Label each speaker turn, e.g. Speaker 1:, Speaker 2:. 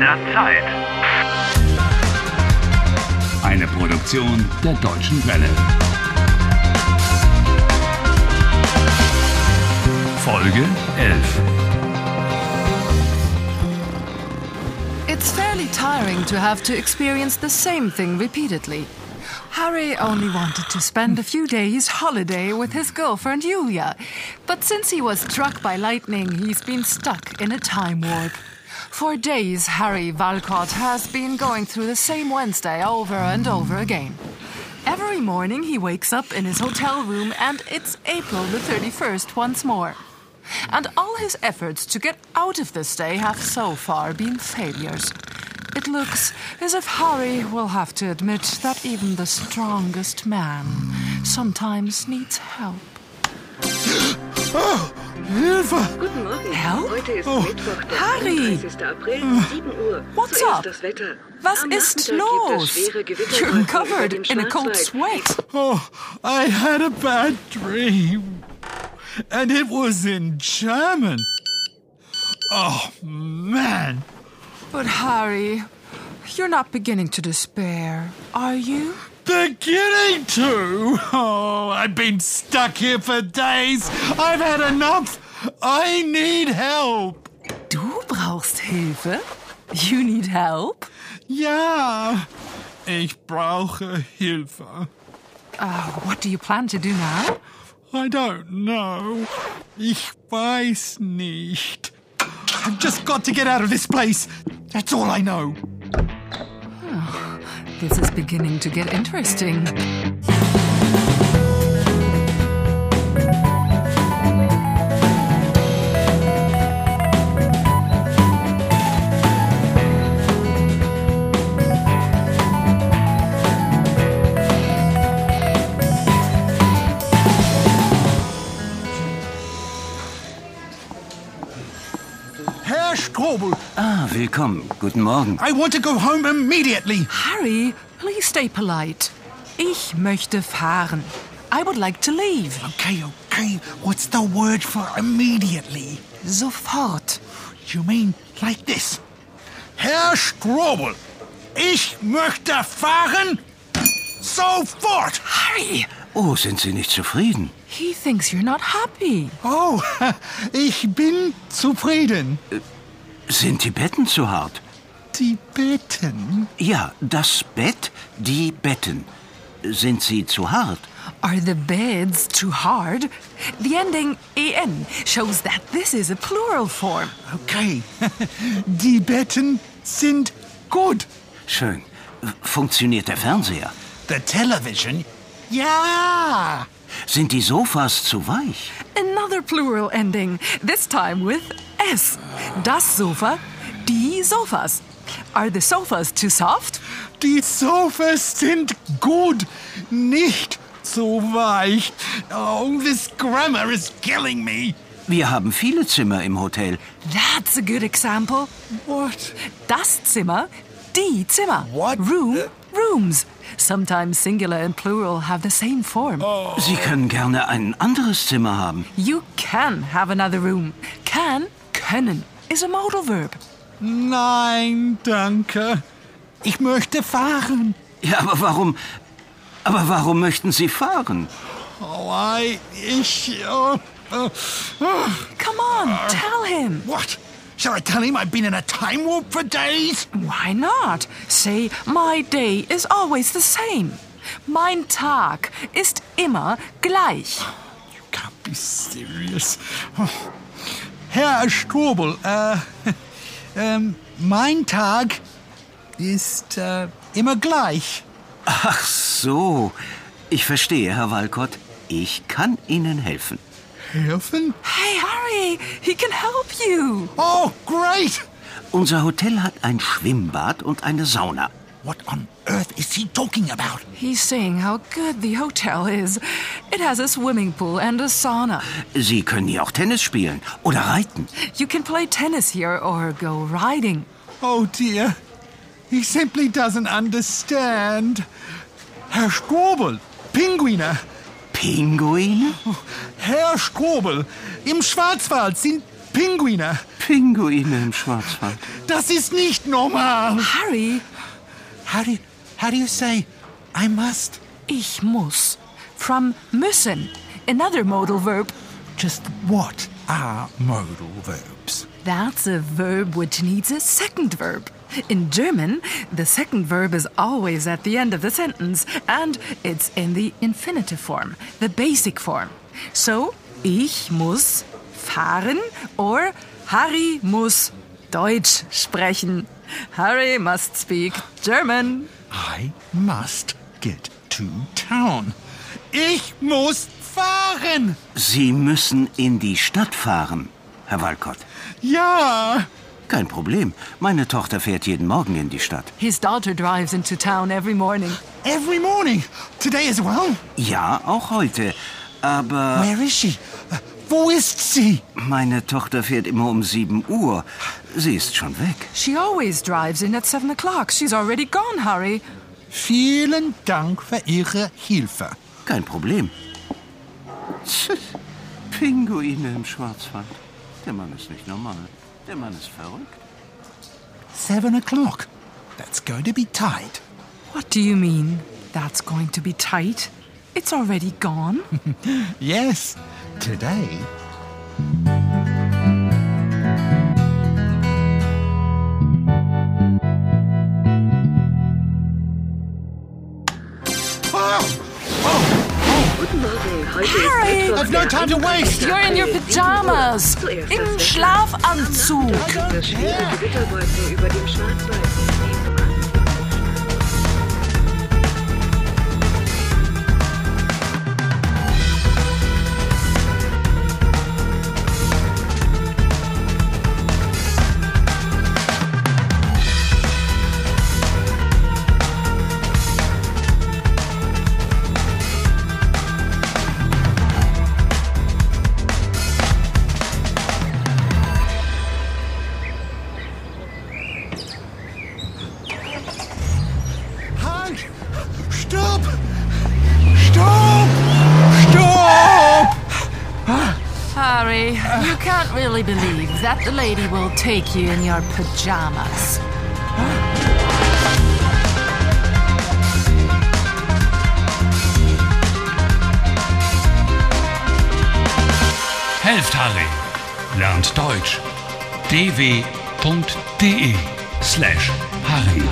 Speaker 1: der Zeit.
Speaker 2: Eine Produktion der Deutschen Welle. Folge 11.
Speaker 3: It's fairly tiring to have to experience the same thing repeatedly. Harry only wanted to spend a few days holiday with his girlfriend Julia, but since he was struck by lightning, he's been stuck in a time warp. For days, Harry Valcott has been going through the same Wednesday over and over again. Every morning, he wakes up in his hotel room, and it's April the 31st once more. And all his efforts to get out of this day have so far been failures. It looks as if Harry will have to admit that even the strongest man sometimes needs help.
Speaker 4: Hilfe!
Speaker 5: Guten Morgen.
Speaker 3: Help?
Speaker 5: Heute ist Mittwoch, der
Speaker 3: Oh, Harry. Hm.
Speaker 5: 31. April, 7 Uhr.
Speaker 3: What's
Speaker 5: so
Speaker 3: up?
Speaker 5: Ist das Wetter.
Speaker 3: Was
Speaker 5: Am
Speaker 3: ist
Speaker 5: Nachmittag Gibt
Speaker 3: los?
Speaker 5: es schwere Gewitterwolken
Speaker 3: You're
Speaker 5: über
Speaker 3: covered
Speaker 5: dem
Speaker 3: in a cold
Speaker 5: Schwarzwald.
Speaker 3: sweat.
Speaker 4: Oh, I had a bad dream. And it was in German. Oh, man.
Speaker 3: But Harry, you're not beginning to despair, are you?
Speaker 4: Beginning to. Oh, I've been stuck here for days. I've had enough. I need help.
Speaker 3: Du brauchst Hilfe? You need help?
Speaker 4: Ja, ich brauche Hilfe.
Speaker 3: Uh, what do you plan to do now?
Speaker 4: I don't know. Ich weiß nicht. I've just got to get out of this place. That's all I know.
Speaker 3: This is beginning to get interesting.
Speaker 4: Herr Strobel,
Speaker 6: Ah, willkommen. Guten Morgen.
Speaker 4: I want to go home immediately.
Speaker 3: Harry, please stay polite. Ich möchte fahren. I would like to leave.
Speaker 4: Okay, okay. What's the word for immediately?
Speaker 3: Sofort.
Speaker 4: You mean like this? Herr Strobel, ich möchte fahren sofort.
Speaker 3: Harry,
Speaker 6: Oh, sind Sie nicht zufrieden?
Speaker 3: he thinks you're not happy.
Speaker 4: Oh, ich bin zufrieden.
Speaker 6: Sind die Betten zu hart?
Speaker 4: Die Betten.
Speaker 6: Ja, das Bett, die Betten. Sind sie zu hart?
Speaker 3: Are the beds too hard? The ending en shows that this is a plural form.
Speaker 4: Okay. Die Betten sind gut.
Speaker 6: Schön. Funktioniert der Fernseher?
Speaker 4: The television? Ja.
Speaker 6: Sind die Sofas zu weich?
Speaker 3: Another plural ending, this time with s. Das Sofa, die Sofas. Are the sofas too soft?
Speaker 4: Die Sofas sind gut, nicht so weich. Oh, this grammar is killing me.
Speaker 6: Wir haben viele Zimmer im Hotel.
Speaker 3: That's a good example.
Speaker 4: What?
Speaker 3: Das Zimmer, die Zimmer.
Speaker 4: What?
Speaker 3: Room,
Speaker 4: Uh.
Speaker 3: rooms. Sometimes singular and plural have the same form.
Speaker 6: Sie können gerne ein anderes Zimmer haben.
Speaker 3: You can have another room. Can, können is a modal verb.
Speaker 4: Nein, danke. Ich möchte fahren.
Speaker 6: Ja, aber warum? Aber warum möchten Sie fahren?
Speaker 4: Oh, I, ich, oh, oh, oh.
Speaker 3: Come on, tell him.
Speaker 4: What? Shall I tell him I've been in a time warp for days?
Speaker 3: Why not? Say, my day is always the same. Mein Tag ist immer gleich.
Speaker 4: You can't be serious. Oh. Herr Strobel, äh, ähm, mein Tag ist äh, immer gleich.
Speaker 6: Ach so. Ich verstehe, Herr Walcott. Ich kann Ihnen helfen.
Speaker 4: Helfen?
Speaker 3: Hey, Harry, he can help you.
Speaker 4: Oh, great!
Speaker 6: Unser Hotel hat ein Schwimmbad und eine Sauna.
Speaker 4: What on earth is he talking about?
Speaker 3: He's saying how good the hotel is. It has a swimming pool and a sauna.
Speaker 6: Sie können hier auch Tennis spielen oder reiten.
Speaker 3: You can play tennis here or go riding.
Speaker 4: Oh dear. He simply doesn't understand. Herr Strobel, Pinguine.
Speaker 6: Pinguine?
Speaker 4: Herr Strobel, im Schwarzwald sind Pinguine.
Speaker 6: Pinguine im Schwarzwald.
Speaker 4: Das ist nicht normal.
Speaker 3: Harry,
Speaker 4: How do you, how do you say I must?
Speaker 3: ich muss. From müssen. Another modal verb.
Speaker 4: Just what are modal verbs?
Speaker 3: That's a verb which needs a second verb. In German, the second verb is always at the end of the sentence, and it's in the infinitive form, the basic form. So, ich muss fahren or Harry muss Deutsch sprechen. Harry must speak German.
Speaker 4: I must get to town. Ich muss fahren.
Speaker 6: Sie müssen in die Stadt fahren, Herr Walcott.
Speaker 4: Ja.
Speaker 6: Kein Problem. Meine Tochter fährt jeden Morgen in die Stadt.
Speaker 3: His daughter drives into town every morning.
Speaker 4: Every morning. Today as well.
Speaker 6: Ja, auch heute. Aber
Speaker 4: Where is she? Uh, wo ist sie?
Speaker 6: meine Tochter fährt immer um 7 Uhr. Sie ist schon weg.
Speaker 3: She always drives in at seven o'clock. She's already gone, Harry.
Speaker 4: Vielen Dank für Ihre Hilfe.
Speaker 6: Kein Problem. Tsch, Pinguine im Schwarzwald. Der Mann ist nicht normal. Der Mann ist verrückt.
Speaker 4: Seven o'clock. That's going to be tight.
Speaker 3: What do you mean? That's going to be tight. It's already gone.
Speaker 4: Yes, today.
Speaker 5: Guten Morgen, heute
Speaker 3: Harry!
Speaker 5: ist Mittwoch,
Speaker 4: I've no
Speaker 5: der
Speaker 4: time to waste.
Speaker 3: You're in your pajamas. Im Schlafanzug.
Speaker 5: Das schwere Gewitterwolken über dem Schwarzwald. nehmen an.
Speaker 4: Halt! Stopp! Stopp! Stopp!
Speaker 3: Harry, you can't really believe that the lady will take you in your pajamas.
Speaker 2: Helft Harry. Lernt Deutsch. dw.de slash Harry.